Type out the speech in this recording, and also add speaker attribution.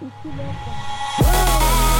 Speaker 1: 一起来吧。